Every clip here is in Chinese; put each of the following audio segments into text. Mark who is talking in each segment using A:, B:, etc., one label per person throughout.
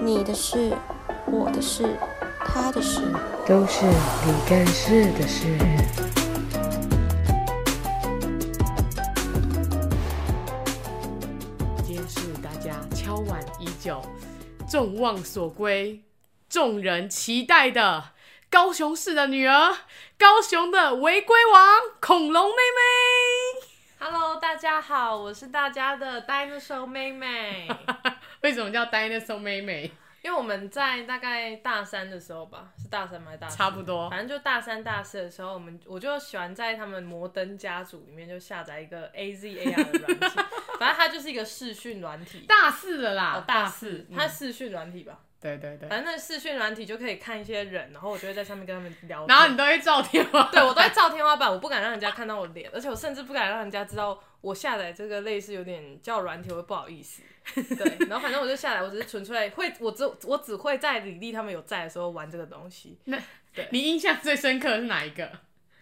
A: 你的事、我的事、他的事。
B: 都是你干事的事。
C: 今天是大家敲碗已久、众望所归、众人期待的高雄市的女儿，高雄的违规王恐龙妹妹。
D: Hello，大家好，我是大家的 Dinosaur 妹妹。
C: 为什么叫 Dinosaur 妹妹？
D: 因为我们在大概大三的时候吧，是大三吗？还是大四
C: 差不多
D: 反正就大三、大四的时候，我们我就喜欢在他们摩登家族里面就下载一个 AZAR 的 软体，反正它就是一个视讯软体。
C: 大四了啦，
D: 哦，大四，它
C: 嗯
D: 视讯软体吧，
C: 对对对。
D: 反正那视讯软体就可以看一些人，然后我就会在上面跟他们聊天。
C: 然后你都会照天 吗？
D: 对我都会照天花板，我不敢让人家看到我脸，而且我甚至不敢让人家知道我下载这个类似有点叫软体，我会不好意思。 对，然后反正我就下来，我只是纯粹会，我只我只会在李丽他们有在的时候玩这个东西。
C: 那你印象最深刻的是哪一个？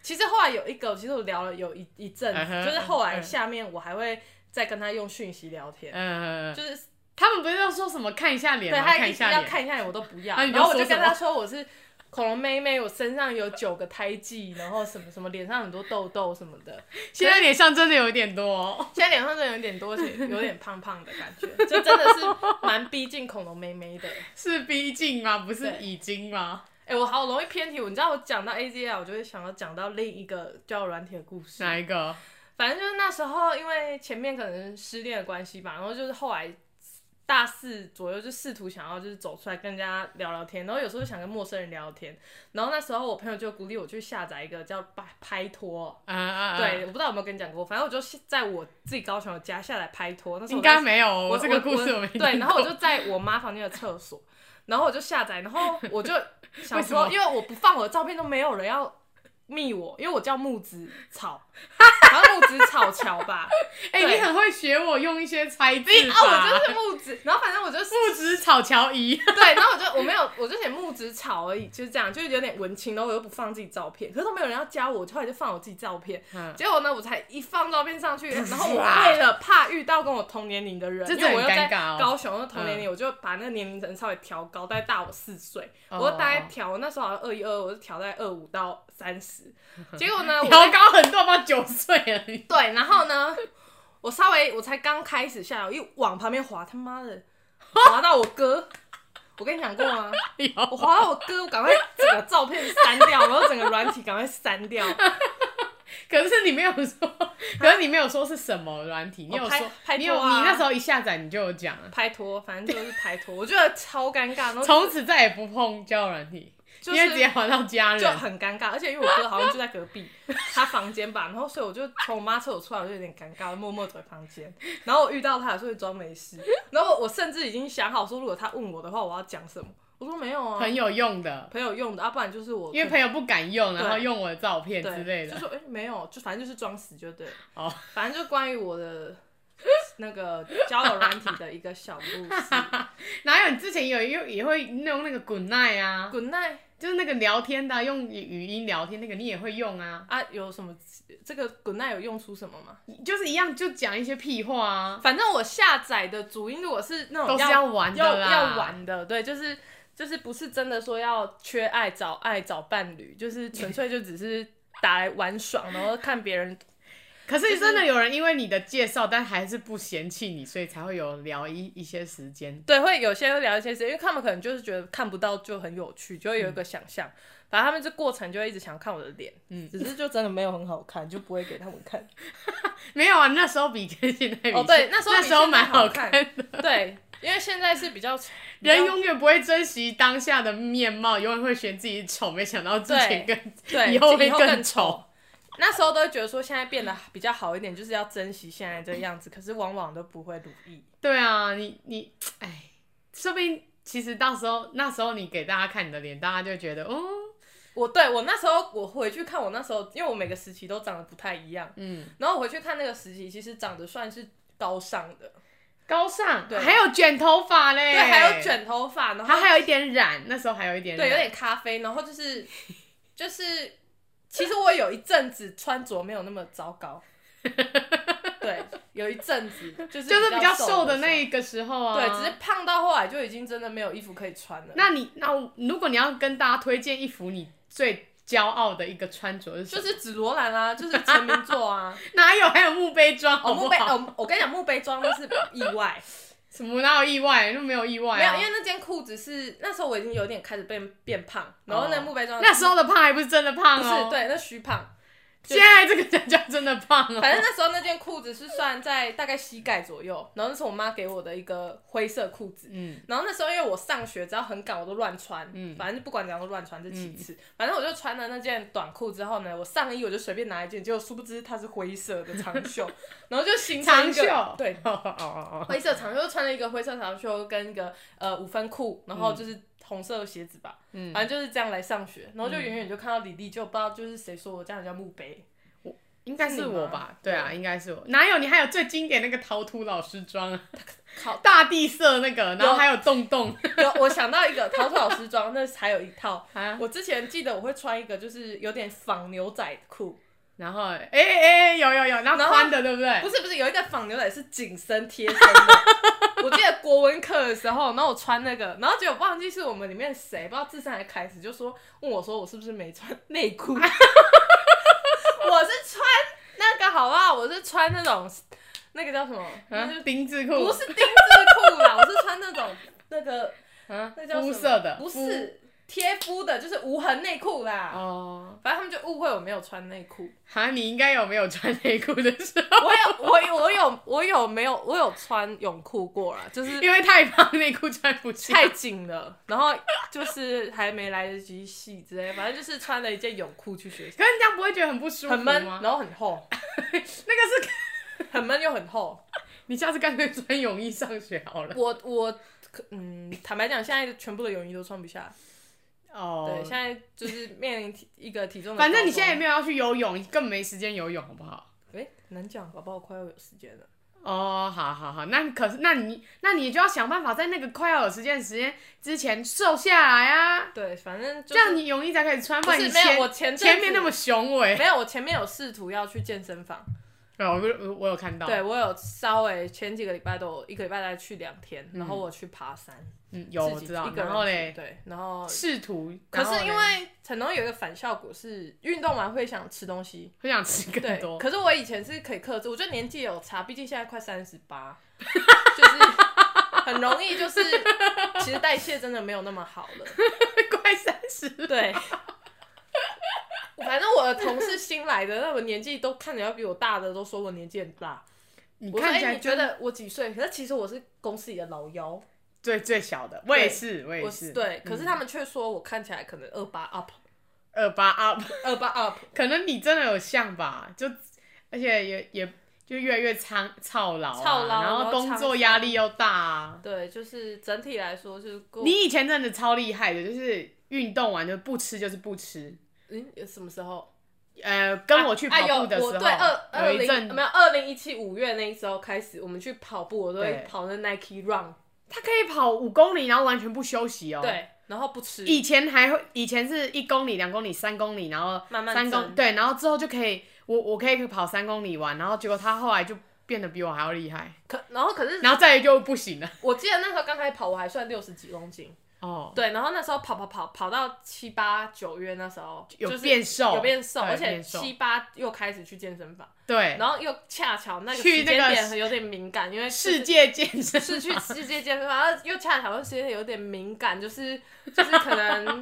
D: 其实后来有一个，其实我聊了有一一阵
C: 嗯哼
D: 子，就是后来
C: 嗯
D: 下面我还会再跟他用讯息聊天，
C: 呃，
D: 就是
C: 他们不是要说什么看一下脸
D: 对
C: 吗？
D: 他
C: 看
D: 一
C: 一
D: 直
C: 下
D: 要
C: 脸，
D: 看一下脸，我都不要。
C: 哎那你就
D: 然后我就
C: 说什
D: 跟
C: 么
D: 他说我是恐龙妹妹，我身上有九个胎记，然后什么什么脸上很多痘痘什么的。
C: 现在脸上真的有一点多哦。
D: 现在脸上真的有点多，而且有点胖胖的感觉，就真的是蛮逼近恐龙妹妹的。
C: 是逼近吗？不是
D: 对
C: 已经吗？
D: 哎、我好容易偏题，你知道我讲到 A Z L，我就会想要讲到另一个叫软体的故事。
C: 哪一个？
D: 反正就是那时候，因为前面可能失恋的关系吧，然后就是后来大四左右就试图想要就是走出来跟人家聊聊天，然后有时候想跟陌生人聊聊天，然后那时候我朋友就鼓励我去下载一个叫拍拍拖。
C: 啊啊！啊
D: 对，我，不知道有没有跟你讲过，反正我就是在我自己高雄的家下载拍拖，那时
C: 应
D: 候我在
C: 该没有哦。
D: 我
C: 这个故事我没听过
D: 对，然后我就在我妈房间的厕所，然后我就下载，然后 我就想
C: 为什么
D: 说，因为我不放我的照片，都没有人要密我，因为我叫木子草， 然后木子草桥吧，
C: 哎，
D: 对
C: 你很会学我用一些猜字
D: 你哦，
C: 吧
D: 我就是木子，然后反正我就是
C: 不止草桥仪，
D: 对，然后我就我没有，我就写木子草而已，就是这样，就是有点文青，然后我又不放自己照片，可是都没有人要加我，我后来就放我自己照片，
C: 嗯
D: 结果呢，我才一放照片 上去，然后我为了怕遇到跟我同年龄的人，
C: 这
D: 因为我
C: 真
D: 又
C: 的很
D: 在
C: 尴尬哦
D: 高雄又同年龄，我就把那个年龄层稍微调高，大概大我四岁，
C: 哦
D: 我就大概调，我那时候好像二一二，我就调在二五到 三十，结果 呢，我在
C: 调高很多，到九岁了。你
D: 对，然后呢，我稍微我才刚开始下来，我一往旁边滑，他妈的滑到我哥，我跟你讲过吗？ 我
C: 有
D: 滑到我哥，我赶快整个照片删掉，然后整个软体赶快删掉。
C: 可是你没有 说，可是你没有说是什么软体，你有
D: 哦拍
C: 说，
D: 拍
C: 你有，
D: 拖啊
C: 你那时候一下载你就有讲了，
D: 拍拖，反正就是拍拖，我觉得超尴尬，然后
C: 从此再也不碰交友软体，
D: 就
C: 因为直接
D: 是
C: 还到家
D: 就
C: 人。
D: 很尴尬，而且因为我哥好像就在隔壁他房间吧，然后所以我就从我妈厕所出来，我就有点尴尬，默默走回房间，然后我遇到他，所以装没事，然后我甚至已经想好说，如果他问我的话，我要讲什么，我说没有啊，
C: 很有用的，
D: 朋友用的，要、啊不然就是我
C: 因为朋友不敢用，然后
D: 对
C: 用我的照片
D: 对
C: 之类
D: 就
C: 的。
D: 说哎、诶没有，就反正就是装死就对了。
C: 哦，
D: 反正就关于我的那个交友软体的一个小故事。
C: 哪有你之前有用也会用那个 Good Night 啊，
D: Good night
C: 就是那个聊天的啊、用语音聊天那个你也会用啊，
D: 啊，有什么？这个 Good night 有用出什么吗？
C: 就是一样就讲一些屁话啊。
D: 反正我下载的主音如果是那
C: 都
D: 种
C: 是要玩的
D: 哦要
C: 啦
D: 要玩的，对，就是就是不是真的说要缺爱找爱找伴侣，就是纯粹就只是打来玩爽，然后看别人
C: 可是真的有人因为你的介绍，但还是不嫌弃你，所以才会有聊一一些时间。
D: 对，会有些会聊一些事，因为他们可能就是觉得看不到就很有趣，就会有一个想象。反正他们这过程就会一直想看我的脸，嗯，只是就真的没有很好看，就不会给他们看。
C: 没有啊，那时候比跟现在比，
D: 哦，对，那时候
C: 那
D: 比
C: 时候
D: 现在
C: 蛮
D: 好
C: 看的。
D: 对，因为现在是比 较比较
C: 人永远不会珍惜当下的面貌，永远会嫌自己丑。没想到之前更
D: 对
C: 以后会
D: 以后更
C: 更丑
D: 丑。那时候都会觉得说现在变得比较好一点，就是要珍惜现在这个样子，可是往往都不会如意。
C: 对啊，你你，哎，说不定其实到时候那时候你给大家看你的脸，大家就觉得，哦，
D: 我对我那时候我回去看我那时候，因为我每个时期都长得不太一样，
C: 嗯，
D: 然后我回去看那个时期，其实长得算是高尚的，
C: 高尚，
D: 对
C: 还有卷头发嘞，
D: 对，还有，卷头发，然后
C: 它还有一点染，那时候还有一点染，
D: 对，有点咖啡，然后就是就是，其实我有一阵子穿着没有那么糟糕，对，有一阵子就是
C: 就是比较
D: 瘦
C: 瘦的那
D: 一
C: 一个时候啊。
D: 对，只是胖到后来就已经真的没有衣服可以穿了。
C: 那你那我如果你要跟大家推荐一幅你最骄傲的一个穿着是什
D: 就
C: 么？
D: 是紫罗兰啊，就是成名作 啊。
C: 哪有还有墓碑装好
D: 哦，
C: 不好？
D: 墓碑哦，我跟你讲，墓碑装那是意 外，
C: 什么哪有意外？就没有意外、
D: 没
C: 啊，
D: 有，因为那件裤子是那时候我已经有点开始变变胖，然后那个墓碑装
C: 哦那时候的胖还不是真的胖
D: 不
C: 哦、
D: 是，对，那虚胖，
C: 现在这个人叫真的胖哦、
D: 反正那时候那件裤子是算在大概膝盖左右，然后那是我妈给我的一个灰色裤子。
C: 嗯，
D: 然后那时候因为我上学只要很赶我都乱穿，
C: 嗯
D: 反正就不管怎样都乱穿，这其次。反正我就穿了那件短裤之后呢，我上衣我就随便拿一件，结果殊不知它是灰色的长袖，然后就形 成
C: 长
D: 一个
C: 袖，
D: 对，
C: 哦哦哦哦，
D: 灰色长袖，就穿了一个灰色长袖跟一个呃五分裤，然后就是红色的鞋子吧，
C: 嗯
D: 反正就是这样来上学，然后就远远就看到李丽，就不知道就是谁说我这样叫墓碑，
C: 应该是
D: 是你
C: 我
D: 吗
C: 吧？对啊，应该是我。哪有你还有最经典那个陶土老师装啊？
D: 靠
C: 大地色那个，然后还有洞 洞
D: 有，我想到一个陶土老师装，那还有一套。
C: 啊，
D: 我之前记得我会穿一个，就是有点仿牛仔裤，
C: 然后哎哎、哎有有有，然后
D: 然后
C: 宽的对不对？
D: 不是不是，有一个仿牛仔是紧身贴身的。我记得国文课的时候，然后我穿那个，然后结果忘记是我们里面谁，不知道智商还开始就说问我说我是不是没穿内裤，我 是穿那个好不好？我是穿那种那个叫什么？
C: 啊
D: 那就
C: 丁字裤
D: 不是丁字裤啦，我是穿那种那个
C: 啊
D: 那叫什
C: 肤
D: 么
C: 色的，
D: 不
C: 肤
D: 是贴肤的，就是无痕内裤啦。
C: 哦。
D: 反正他们就误会我没有穿内裤，
C: 哈，你应该有没有穿内裤的时候，
D: 我有我有我有我有没有我有穿泳裤过啦，就是
C: 因为太胖内裤穿不下。
D: 太紧了，然后就是还没来得及洗之类，反正就是穿了一件泳裤去学校，
C: 可是你这样不会觉得很不舒服吗？
D: 很闷，然后很厚，
C: 那个是，
D: 很闷又很 厚。
C: 你下次干脆穿泳衣上学好了。
D: 我我可嗯，坦白讲，现在全部的泳衣都穿不下，
C: 哦，
D: 对，现在就是面临体一个体重的高
C: 反
D: 峰。
C: 正你现在也没有要去游泳，你更没时间游泳，好不好？
D: 哎，能讲，搞不好快要有时间了。
C: 哦，好好好，那你可是，那你那你就要想办法在那个快要有时间的时间之前瘦下来啊，
D: 对，反正就
C: 这样你泳衣才可以穿。不
D: 不
C: 然你
D: 是没有我
C: 前
D: 前阵
C: 前面
D: 子
C: 那么雄伟，
D: 没有，我前面有试图要去健身房，
C: 对，我有我有看到，
D: 对，我有稍微前几个礼拜都有一个礼拜大概去两天，然后我去爬山，
C: 嗯，有我
D: 自己
C: 知道
D: 一。个人
C: 然后
D: 去
C: 嘞，
D: 对，然后
C: 试图，
D: 可
C: 然后
D: 是因
C: 嘞
D: 为很容易有一个反效果是运动完会想吃东西，
C: 很想吃更
D: 对
C: 多，，
D: 可是我以前是可以克制，我觉得年纪也有差，毕竟现在快三十八，就是很容易就是其实代谢真的没有那么好了，
C: 快三十了，
D: 对。反正我的同事新来的，那我年纪都看着要比我大的，都说我年纪很大。
C: 你
D: 我说：“
C: 看
D: 哎、
C: 起来
D: 你
C: 就
D: 觉得我几岁？可是其实我是公司里的老幺，
C: 最最小的，我也
D: 对
C: 是，嗯我
D: 我
C: 也
D: 是
C: 是，
D: 对。可是他们却说我看起来可能二八 up，
C: 二八 up，
D: 二八 up。
C: 可能你真的有像吧，就而且也也就越来越苍操劳啊，
D: 操劳
C: 然
D: 然
C: 后
D: 后
C: 工
D: 沧
C: 作
D: 桑
C: 压力又大啊。
D: 对，就是整体来说就是过。
C: 你以前真的超厉害的，就是运动完就不吃就是不吃。
D: 嗯什么时候？
C: 呃，跟我去
D: 啊
C: 跑
D: 有
C: 步的时候，
D: 我对二二
C: 有一阵
D: 零没有二零一七五月那一时候开始，我们去跑步，我都会
C: 对
D: 跑那 Nike Run，
C: 他可以跑五公里，然后完全不休息哦。。
D: 对，然后不吃。
C: 以前还会，以前是一公里、两公里、三公里，然后
D: 慢慢
C: 三公
D: 增
C: 对，然后之后就可以，我我可以跑三公里完，然后结果他后来就变得比我还要厉 害，
D: 可然后可是
C: 然后再也就不行了。
D: 我记得那时候刚开始跑，我还算六十几公斤。
C: 哦，
D: 对，然后那时候跑跑跑跑到七八九月那时候，
C: 有
D: 就是
C: 变瘦
D: 有变瘦，
C: 对
D: 而且
C: 变瘦
D: 七八又开始去健身房，
C: 对，
D: 然后又恰巧那个
C: 去
D: 时
C: 那
D: 间
C: 个
D: 点有点敏感，因为就是
C: 世界健身
D: 是去世界健身房，然后又恰巧那时间有点敏感，就是就是可能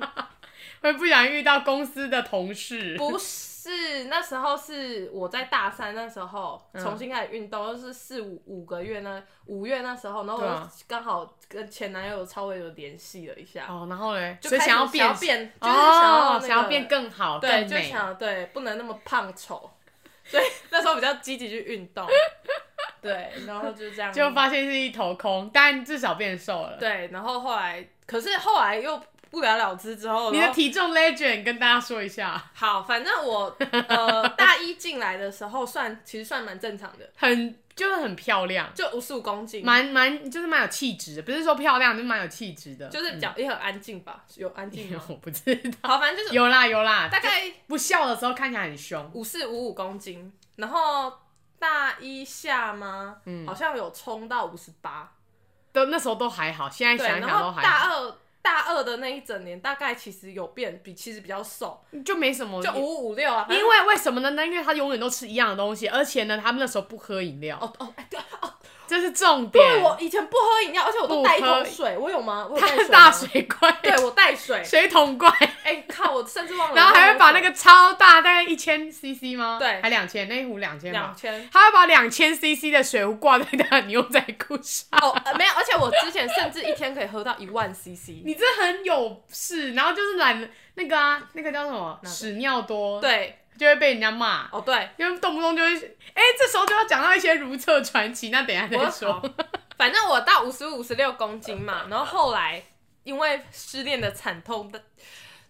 C: 会不想遇到公司的同事。
D: 不是那时候是我在大三那时候
C: 嗯
D: 重新开始运动，就是四五五个月呢，五月那时候，然后
C: 对
D: 我
C: 啊
D: 刚好跟前男友稍微有联系了一下，
C: 哦，然后嘞，
D: 就
C: 所以
D: 开始
C: 想要
D: 想要
C: 变，
D: 变，就是想要、
C: 哦，
D: 那
C: 想要
D: 个
C: 变更好，
D: 对，
C: 更
D: 就
C: 美。
D: 想对，不能那么胖丑，所以 那时候比较积极去运动，对，然后就这 样，
C: 就发现是一头空，但至少变瘦了。，
D: 对，然后后来，可是后来又不了了之之后，
C: 你
D: 然
C: 的
D: 后
C: 体重 legend 跟大家说一下，
D: 好，反 正我呃大一进来的时候算其实算蛮正常的，
C: 很就是很漂亮，
D: 就五十五公斤，
C: 蛮蛮就是蛮有气质的，不是说漂亮，就是蛮有气质的。？
D: 就是比较、也很安静吧，有安静吗
C: 我不知道，
D: 好，反正就是
C: 嗯有啦有啦，
D: 大概
C: 不笑的时候看起来很凶，
D: 五四五五公斤，然后大一下吗？
C: 嗯
D: 好像有冲到五十八，
C: 都那时候都还好，现在
D: 对，
C: 想一
D: 然
C: 想都
D: 后
C: 还
D: 大
C: 好，
D: 二大二的那一整年，大概其实有变，比其实比较瘦，
C: 就没什么。
D: 就五五六啊，反正
C: 哦因为为什么呢？那因为他永远都吃一样的东西，而且呢，他们那时候不喝饮料，
D: 哦哦，哎对哦，
C: 这是重点。
D: 对我以前不喝饮料，而且我都带一
C: 不喝
D: 桶水，我有吗？我
C: 他
D: 有带水
C: 是
D: 吗
C: 大，水怪，
D: 对我带水，
C: 水桶怪，
D: 哎靠，我甚至忘了，
C: 然后还会把那个超大，大概一千 CC 吗？
D: 对
C: 还两千，那一壶两千
D: 两
C: 吧。
D: 千。
C: 他会把两千 CC 的水壶挂在他的 牛仔裤上。
D: 哦、呃没有，而且我之前甚至一天可以喝到一万 CC，
C: 你这很有事，然后就是懒那个啊，那个叫什么
D: 哪个
C: 屎尿多，，
D: 对，
C: 就会被人家骂。
D: 哦对，
C: 因为动不动就会，哎、这时候就要讲到一些如厕传奇，那等一下
D: 我
C: 再说。
D: 好反正我到五十五十六公斤嘛，然后后来因为失恋的惨痛的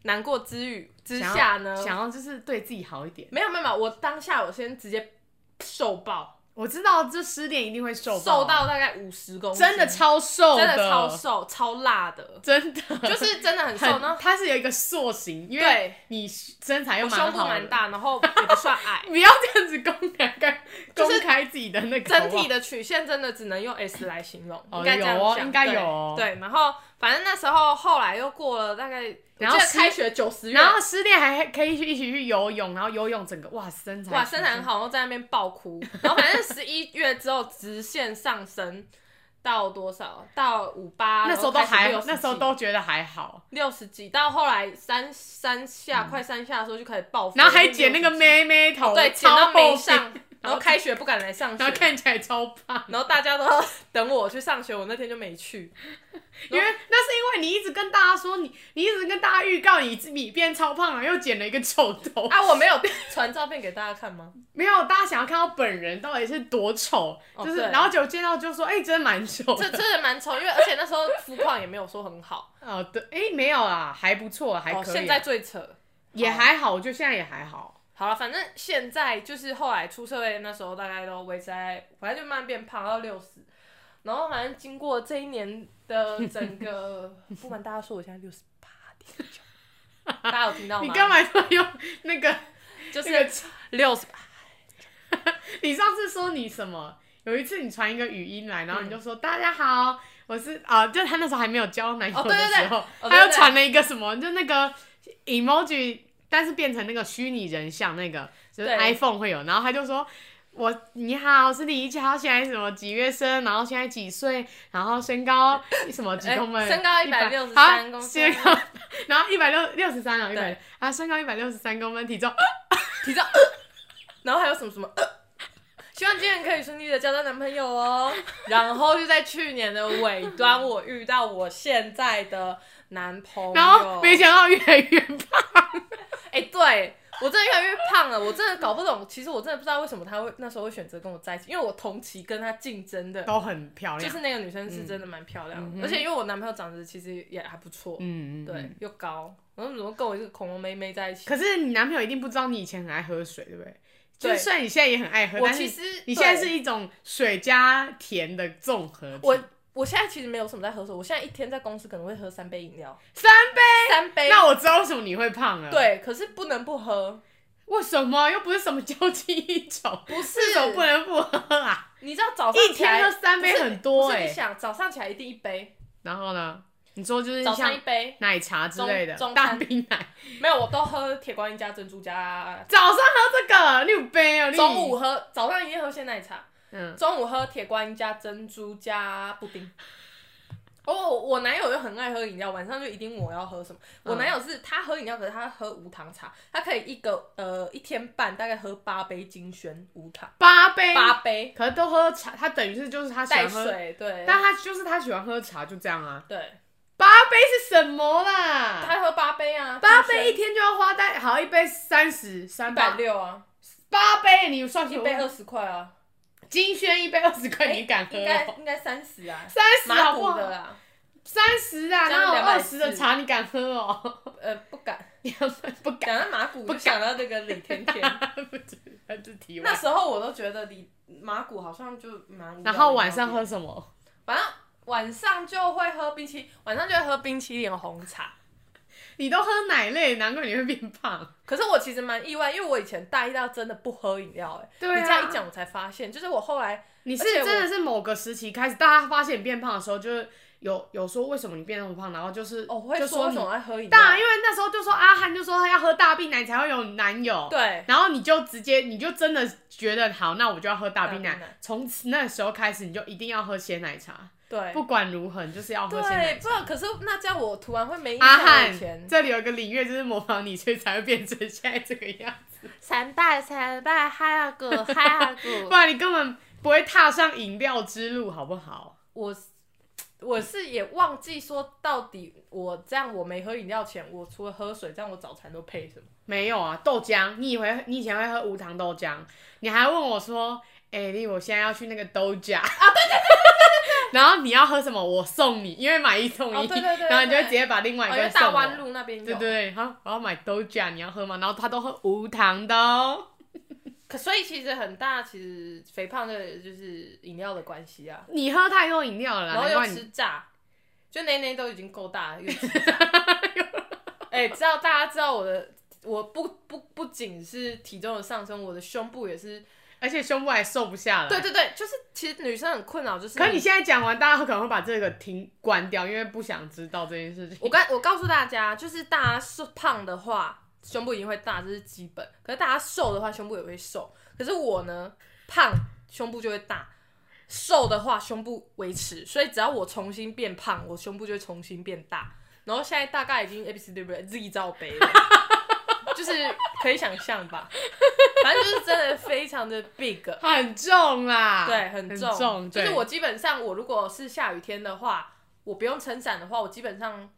D: 难过之余之
C: 想要
D: 下呢，
C: 想要就是对自己好一点。
D: 没有没有，没有，我当下我先直接瘦爆，
C: 我知道这失恋一定会瘦
D: 瘦
C: 瘦
D: 到大概五十公斤，
C: 真的超瘦
D: 真的超，瘦超辣 的，
C: 真的
D: 就
C: 就是
D: 真的很瘦。然
C: 很，
D: 后
C: 它是有一个塑形，因为
D: 对
C: 你身材又
D: 我
C: 蛮好
D: 胸
C: 的，
D: 部蛮，大，然后也不算矮
C: 不要这样子公开公
D: 就是
C: 公开自己的那个啊
D: 整体的曲线真的只能用 S 来形容，
C: 哦
D: 应该这样
C: 有哦
D: 讲，
C: 应该
D: 对
C: 有哦
D: 对，然后反正那时候后来又过了大概，我
C: 然后
D: 记得
C: 失
D: 开学九十
C: 好不
D: 月
C: 好。。然后失恋还可以去一起去游泳，然后游泳整个哇身材
D: 哇，身材很，好，然后在那边爆哭，然后反正十一月之后直线上升到多少？到五八，
C: 那时候都
D: 然啊后开
C: 还
D: 始60
C: 那时候
D: 几
C: 都觉得还好，
D: 六十几，到后来三三下、快三下的时候就开始爆发，
C: 嗯然后还剪那个
D: 妹，
C: 妹妹头，
D: 哦对，剪
C: 超
D: 到
C: 爆
D: 没
C: 型，
D: 上，然后开学不敢来上学，
C: 然后看起来超胖。
D: 然后大家都等我去上学，我那天就 没去。
C: 因为那是因为你一直跟大家说你，你一直跟大家预告你你变超胖了，又剪了一个丑头
D: 啊，我没有传照片给大家看吗？
C: 没有，大家想要看到本人到底是多丑，
D: 哦
C: 就是
D: 对
C: 然后就见到就说，哎、真的蛮丑
D: 这
C: 的。
D: 真的蛮丑，因为而且那时候肤况也没有说很好，
C: 哦，对，哎、没有啦，还不错，还可以啊、
D: 哦，现在最扯。
C: 也还好，我觉得现在也还好。
D: 好了，反正现在就是后来出社会那时候，大概都维持在，反正就慢慢变胖到六十，然后反正经过这一年的 整个，不瞒大家说，我现在六十八点九，大家有听到吗？
C: 你干？嘛要用那个？那
D: 就是
C: 个
D: 六十八，
C: 你上次说你什么？有一次你传一个语音来，然后你就
D: 嗯
C: 说、大家好，我是啊、就他那时候还没有交男友
D: 哦
C: 的
D: 对对对
C: 时候，
D: 哦对
C: 他又
D: 对
C: 传了一个什么，就那个 emoji，但是变成那个虚拟人像那个，就是
D: 对
C: iPhone 会有，然后他就说。我你好，我是李一乔，现在什么几月生，然后现在几岁，然后身高什么几
D: 哎
C: 公分，
D: 身高
C: 163
D: 163公
C: 身
D: 分
C: 高， 然后一百六六十三了，一百
D: 对哦
C: 啊，身高一百六十三公分，体重
D: 提到，然后还有什么什么。 希望今年可以顺利的交到男朋友哦。然后就在去年的尾端，我遇到我现在的男朋 友。
C: 然后没想到越来越胖，
D: 哎、对我真的越来越胖了，我真的搞不懂。其实我真的不知道为什么他会那时候会选择跟我在一起，因为我同期跟他竞争的，
C: 都很漂亮，嗯
D: 就是那个女生是真的蛮漂亮的，而且因为我男朋友长得其实也还不错，
C: 嗯，嗯
D: 对，
C: 嗯
D: 又高，然后怎么跟我一个恐龙妹妹在一起？
C: 可是你男朋友一定不知道你以前很爱喝水，对不对？就
D: 对
C: 是虽然你现在也很爱喝，
D: 我
C: 但是
D: 其实
C: 你现在
D: 对
C: 是一种水加甜的综合体。
D: 我我现在其实没有什么在喝水，我现在一天在公司可能会喝三杯饮料，
C: 三杯，
D: 三杯。
C: 哎那我知道为什么你会胖了。，
D: 对，可是不能不喝。
C: 为什么又不是什么交际应酬？
D: 不是
C: 为什么不能不喝啊？
D: 你知道早上
C: 一天
D: 起来
C: 喝三杯
D: 不是
C: 很多
D: 不是
C: 欸
D: 你想早上起来一定一杯，
C: 然后呢？你说就是
D: 早上
C: 像
D: 一杯，
C: 奶茶之类的
D: 中中
C: 大
D: 餐
C: 冰奶，
D: 没有我都喝铁观音加珍珠加
C: 早上喝这个六杯哦，你
D: 中午喝，早上一定喝鲜奶茶，
C: 嗯，
D: 中午喝铁观音加珍珠加布丁。哦、我男友又很爱喝饮料，晚上就一定我要喝什么。我
C: 嗯
D: 男友是他喝饮料，可是他喝无糖茶，他可以一个呃一天半大概喝八杯精选无糖，
C: 八杯，
D: 八杯
C: 可是都喝茶，他等于是就是哎他喜
D: 带
C: 欢喝，
D: 水，对，
C: 但他就是他喜欢喝茶，就这样啊。
D: 对，
C: 八杯是什么啦？
D: 他喝八杯啊，
C: 八
D: 精选
C: 杯一天就要花大好一杯三十三
D: 一
C: 百
D: 百，六啊，
C: 八杯你算
D: 一
C: 起
D: 杯
C: 来
D: 二十块啊，哎
C: 金轩一杯二十块，嗯你敢喝
D: 应该
C: 哦？
D: 应该三十啊，
C: 三十
D: 麻
C: 好不
D: 古的
C: 好？
D: 啦，
C: 三十啊，然
D: 这样
C: 后
D: 240
C: 二十的茶你敢喝哦？
D: 呃不敢，
C: 不敢，
D: 讲到麻古就想到这个李甜甜。
C: 不知道这题
D: 那
C: 外。
D: 时候我都觉得离马古好像就蛮无聊的
C: 然后晚上喝，什么？
D: 反正晚上就会喝冰淇，晚上就会喝冰淇淋红茶。
C: 你都喝奶类，难怪你会变胖。
D: 可是我其实蛮意外，因为我以前大一到真的不喝饮料、欸，哎、
C: 对啊
D: 你这样一讲我才发现，就是我后来
C: 你是
D: 而且我
C: 真的是某个时期开始，大家发现你变胖的时候，就是有有说为什么你变那么胖，然后就是
D: 哦会
C: 就
D: 说
C: 说
D: 为
C: 你
D: 什么爱喝饮料，
C: 大，因为那时候就说阿汉就说他要喝大冰奶才会有男友，，
D: 对，
C: 然后你就直接你就真的觉得好，那我就要喝大冰
D: 大
C: 奶
D: 冰奶，
C: 从此那时候开始你就一定要喝鲜奶茶，
D: 对，
C: 不管如何你就是要喝鲜奶
D: 对，
C: 茶。
D: 不然可是那这样我突然会没印
C: 阿
D: 象我以
C: 汉
D: 前，
C: 这里有一个领月就是模仿你，所以才会变成现在这个样子，
A: 三拜三拜嗨啊个嗨啊
C: 不
A: 个，
C: 然你根本不会踏上饮料之路，好不好？
D: 我是我是也忘记说到底我这样我没喝饮料前，我除了喝水，这样我早餐都配什么？
C: 没有啊，豆浆。你以为你以前会喝无糖豆浆？你还问我说：“哎、丽，我现在要去那个豆荚啊，对对对对对。然后你要喝什么？我送你，因为买一送一。
D: 哦对对对对
C: 然后你就会直接把另外一
D: 哦，
C: 个
D: 因为
C: 人送我、
D: 大湾路那边有，
C: 对对对，好，我要买豆荚，你要喝吗？然后他都喝无糖的哦。
D: 可所以其实很大，其实肥胖的就是饮料的关系啊，
C: 你喝太多饮料了啦，
D: 然后
C: 难怪
D: 又
C: 你
D: 吃炸，就那那都已经够大了，又 吃炸。哎、知道大家知道我的，我不不不仅是体重的上升，我的胸部也是，
C: 而且胸部还瘦不下来。
D: 对。对对，就是其实女生很困扰，就是
C: 可你现在讲完，大家可能会把这个停关掉，因为不想知道这件事情。
D: 我刚我告诉大家，就是大家是胖的话，胸部一定会大，这是基本。可是大家瘦的话，胸部也会瘦。可是我呢，胖胸部就会大，瘦的话胸部维持。所以只要我重新变胖，我胸部就会重新变大。然后现在大概已经 A B C D 不对 Z 罩杯了， 就是可以想象吧。反正就是真的非常的 big。
C: 很重啦，
D: 对，很重，
C: 很重
D: 就是
C: 对
D: 我基本上，我如果是下雨天的话，我不用撑伞的话，我基本上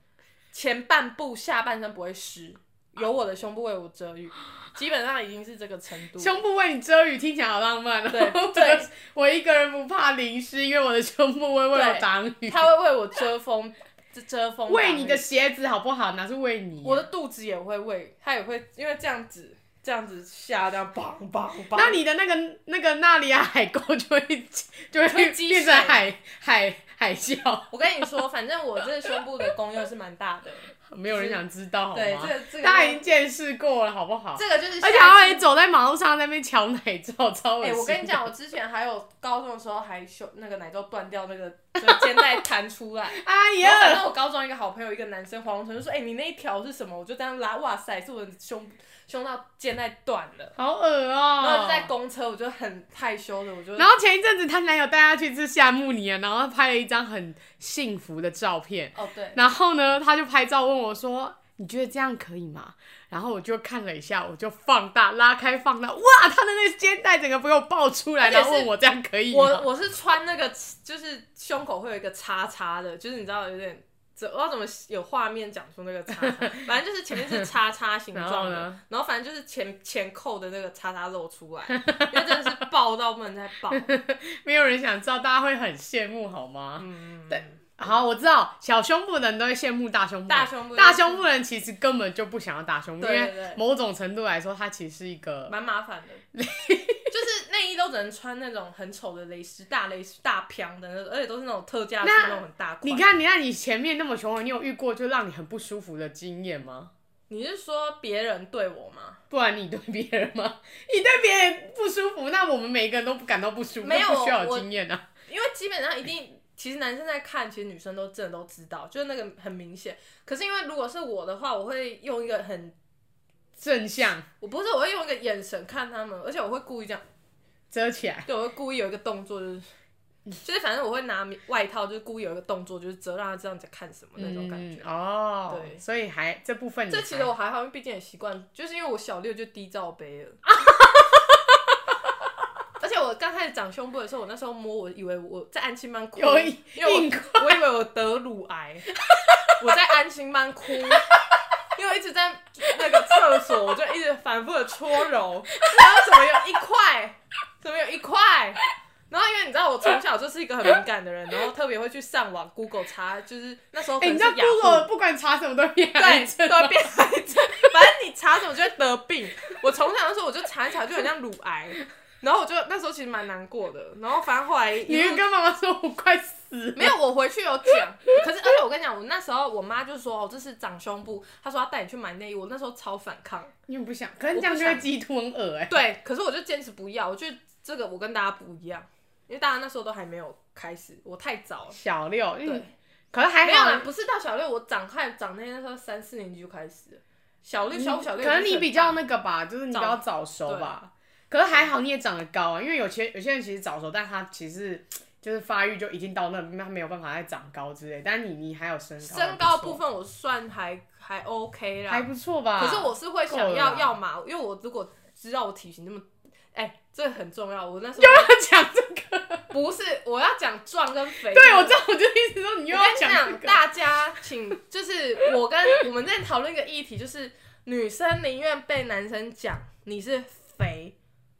D: 前半部、下半身不会湿，有我的胸部为我遮雨，基本上已经是这个程度。
C: 胸部为你遮雨，听起来好浪漫哦。
D: 对对，
C: 我一个人不怕淋湿，因为我的胸部会为我挡雨。
D: 它会为我遮风，遮遮风。
C: 为你的，鞋子好不好？哪是为你？啊
D: 我的肚子也会为，它也会因为这样子，这样子下，这样梆梆梆。
C: 那你的那个那个纳里亚海沟就会 就会
D: 会积
C: 变成
D: 水
C: 海海海啸，
D: 我跟你说，反正我这胸部的功用是蛮大的。
C: 没有人想知道好吗？
D: 对，这个这个
C: 大家已经见识过了，好不好？
D: 这个就是下
C: 而
D: 一
C: 且
D: 次，
C: 还会走在马路上在那边抢奶罩，超恶
D: 哎、
C: 心的。
D: 我跟你讲，我之前还有高中的时候还修那个奶罩断掉，那个就是肩带弹 出来。
C: 哎
D: 然后反
C: 呀，
D: 正我高中一个好朋友，一个男生黄宏成就说：“哎、你那一条是什么？”我就这样拉，哇塞，是我的胸胸到肩带断了。
C: 好恶
D: 然后
C: 哦、
D: 就在公车，我就很害羞的，我就
C: 然后前一阵子她男友带她去吃夏目尼啊，然后拍了一张很幸福的照片。
D: 哦对，
C: 然后呢，她就拍照问我说：“你觉得这样可以吗？”然后我就看了一下，我就放大拉开放大，哇，她的那个肩带整个被我爆出来，
D: 而且是
C: 然后问我这样可以吗？
D: 我我是穿那个就是胸口会有一个叉叉的，就是你知道有点。这我要怎么有画面讲出那个叉叉？反正就是前面是叉叉形状的，
C: 然后
D: 然
C: 呢
D: 后反正就是前前扣的那个叉叉露出来，因为真的是爆到不能再爆。
C: 没有人想知道，大家会很羡慕好吗？
D: 嗯，
C: 对好，我知道小胸部的人都会羡慕大胸部的人，
D: 大胸部
C: 大胸部的人其实根本就不想要大胸部，
D: 对对
C: 因
D: 对
C: 为某种程度来说，它其实是一个
D: 蛮麻烦的， 就是内衣都只能穿那种很丑的蕾丝大蕾丝大飘的那种，而且都是那种特价是
C: 那
D: 那种很大块。
C: 你，看，你看你前面那么雄伟，你有遇过就让你很不舒服的经验吗？
D: 你是说别人对我吗？
C: 不然你对别人吗？ 你对别人不舒服，那我们每一个人都感到不舒服，
D: 没有
C: 那不需要有
D: 我
C: 经验啊。
D: 因为基本上一定，其实男生在看，其实女生都真的都知道，就是那个很明显。可是因为如果是我的话，我会用一个很，
C: 正向
D: 我不是我会用一个眼神看他们，而且我会故意这样，
C: 遮起来，
D: 对，我会故意有一个动作就是。就是反正我会拿外套，就是故意有一个动作，就是折，让他知道你在看什么那种感觉。
C: 嗯、哦，
D: 对
C: 所以还这部分你
D: 这
C: 还
D: 其实我还好，因为毕竟也习惯，就是因为我小六就低罩杯了。 而且我刚开始长胸部的时候，我那时候摸，我以为我在安亲班哭，
C: 有
D: 因为
C: 硬块
D: 我我以为我得乳癌，我在安亲班哭，因为我一直在那个厕所，我就一直反复的搓揉，然后怎么有一块，怎么有一块。然后因为你知道我从小就是一个很敏感的人，然后特别会去上网 Google 查，就是那时候可
C: 哎、
D: 能
C: 你知
D: 是
C: 道
D: 雅虎
C: Google 不管查什么都变癌症吗
D: 对，都会变癌 症。反正你查什么就会得病。我从小的时候我就查一查，就很像乳癌。然后我就那时候其实蛮难过的，然后反正后来
C: 你
D: 一
C: 会
D: 路
C: 跟妈妈说我快死了，
D: 没有，我回去有讲，可是而且我跟你讲，我那时候我妈就说哦，这是长胸部，她说要带你去买内衣，我那时候超反抗，
C: 你不想，可是这样就会鸡突很恶哎、
D: 对，可是我就坚持不要，我觉得这个我跟大家不一样，因为大家那时候都还没有开始，我太早了，
C: 小六，
D: 对，
C: 嗯，可是还
D: 没有
C: 好
D: 啦，，不是到小六，我长快长那天那时候三四年级就开始了，小六小五小六，
C: 嗯可能你比较那个吧，就是你比较早熟吧。可是还好你也长得高啊，因为有些有些人其实早熟，但他其实就是发育就已经到那，他没有办法再长高之类。但你你还有身高，
D: 身高部分我算还还 OK 啦，
C: 还不错吧？
D: 可是我是会想
C: 够了
D: 要
C: 啦
D: 要嘛，因为我如果知道我体型那么，哎、这很重要。我那时候
C: 要讲这个，
D: 不是我要讲壮跟 肥，
C: 对我知道，我就一直说你又
D: 我
C: 要
D: 跟
C: 讲
D: 你
C: 这
D: 讲，
C: 个。
D: 大家请，就是我跟我们在讨论一个议题，就是女生宁愿被男生讲你是肥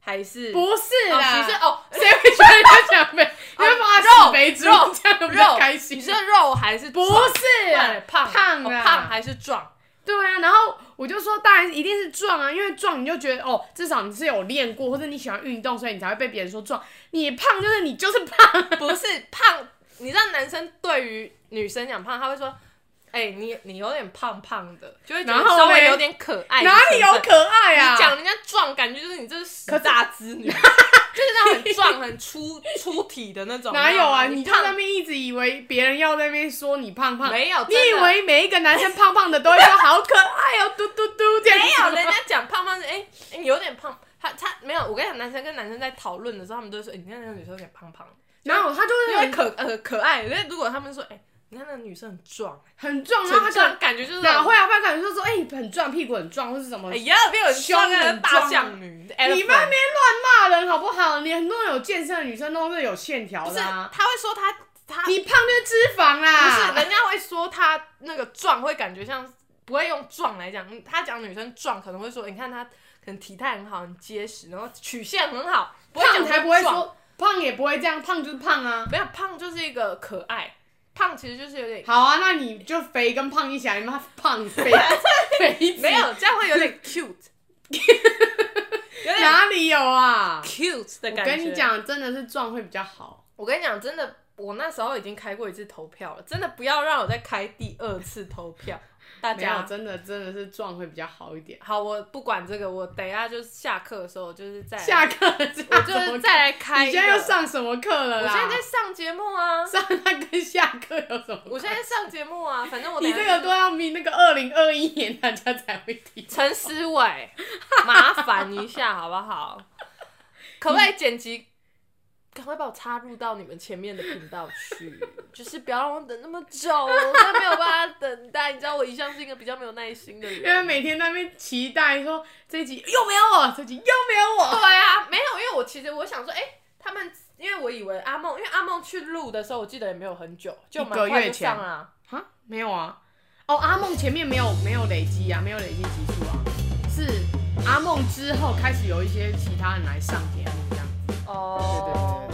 D: 还是
C: 不是
D: 哦
C: 啦，
D: 你是哦
C: 谁会觉得要讲肥？你会把他洗肥猪，
D: 肉
C: 这样比较
D: 肉
C: 开心。
D: 你是肉还是
C: 不
D: 壮
C: 是
D: 对胖
C: 胖
D: 哦
C: 啊
D: 胖还是壮？
C: 对啊，然后我就说，当然一定是壮啊，因为壮你就觉得哦，至少你是有练过，或者你喜欢运动，所以你才会被别人说壮。你胖就是你就是胖，
D: 不是胖，你知道男生对于女生讲胖，他会说。哎、你你有点胖胖的，就会觉
C: 然
D: 得
C: 后
D: 稍微
C: 嘞
D: 有点可爱的
C: 哪
D: 成分。
C: 里有可爱啊？
D: 你 讲人家壮，感觉就是你这是
C: 可
D: 死
C: 是
D: 大资 女，就是那种很壮、很粗粗体的那种。
C: 哪
D: 你知
C: 有
D: 道吗
C: 啊？
D: 你
C: 你就
D: 胖
C: 在那边一直以为别人要在那边说你胖胖，
D: 没有
C: 你
D: 真的
C: 以为每一个男生胖胖的都会说好可爱哦，嘟嘟嘟这样子
D: 没
C: 吗
D: 有，人家讲胖胖是哎、哎你有点胖，他他没有。我跟你讲，男生跟男生在讨论的时候，他们都会说，哎、你看那个女生有点胖胖，
C: 然后他就
D: 因
C: 是
D: 为
C: 很
D: 可呃可爱。那如果他们说，哎、你看那个女生很壮，
C: 很壮，然后
D: 很
C: 他
D: 壮，
C: 就
D: 感觉就是那
C: 哪
D: 种
C: 会啊？他感觉就说，哎、你很壮，屁股很壮，或是什么
D: 哎呀，没有很壮
C: 胸
D: 啊，
C: 很
D: 大
C: 壮
D: 象女，
C: 你
D: elephant
C: 外面乱骂人好不好？你很多有健身的女生都是有线条
D: 不是
C: 的、啊，
D: 他会说他他
C: 你胖就是脂肪
D: 不
C: 啦。
D: 是，人家会说她那个壮，会感觉像不会用壮来讲，嗯他讲女生壮可能会说，你看她可能体态很好，很结实，然后曲线很好，不会
C: 胖
D: 讲
C: 才不会
D: 壮，
C: 说胖也不会这样，胖就是胖啊。
D: 没有胖就是一个可爱，胖其实就是有点
C: 好啊，那你就肥跟胖一起来，你妈胖肥 肥子
D: 没有这样会有 点 cute，有点
C: 哪里有啊？
D: cute 的
C: 我
D: 感觉。
C: 跟你，讲，真的是壮会比较好。
D: 我跟你讲，真的，我那时候已经开过一次投票了，真的不要让我再开第二次投票，大
C: 没有，
D: 家。
C: 真的真的是壮会比较好一点。
D: 好，我不管这个，我等一下就是下课的时候，就是再来
C: 下课了，
D: 我
C: 我
D: 就是再来开。
C: 你现在又，上什么课了
D: 我
C: 啦？
D: 现在在上节目啊，
C: 在上那跟下课有什么？
D: 我现在在上节目啊，反正我等
C: 你
D: 一下
C: 这个都要明那个二零二一年大家才会 听。
D: 陈思伟，麻烦一下好不好？可不可以剪辑？赶快把我插入到你们前面的频道去， 就是不要让我等那么久，我真的没有办法等待。你知道我一向是一个比较没有耐心的
C: 因为
D: 人。
C: 每天在那边期待说这一集又没有我，这一集又没有我，
D: 对啊，没有，因为我其实我想说，哎、他们因为我以为阿梦，因为阿梦去录的时候，我记得也没有很久，就蛮
C: 一个
D: 快
C: 月
D: 就
C: 前
D: 上了。
C: 啊，没有啊。哦，阿梦前面没有没有累积啊，没有累积集数啊，是阿梦之后开始有一些其他人来上节目这样子。
D: 哦
C: 对对对对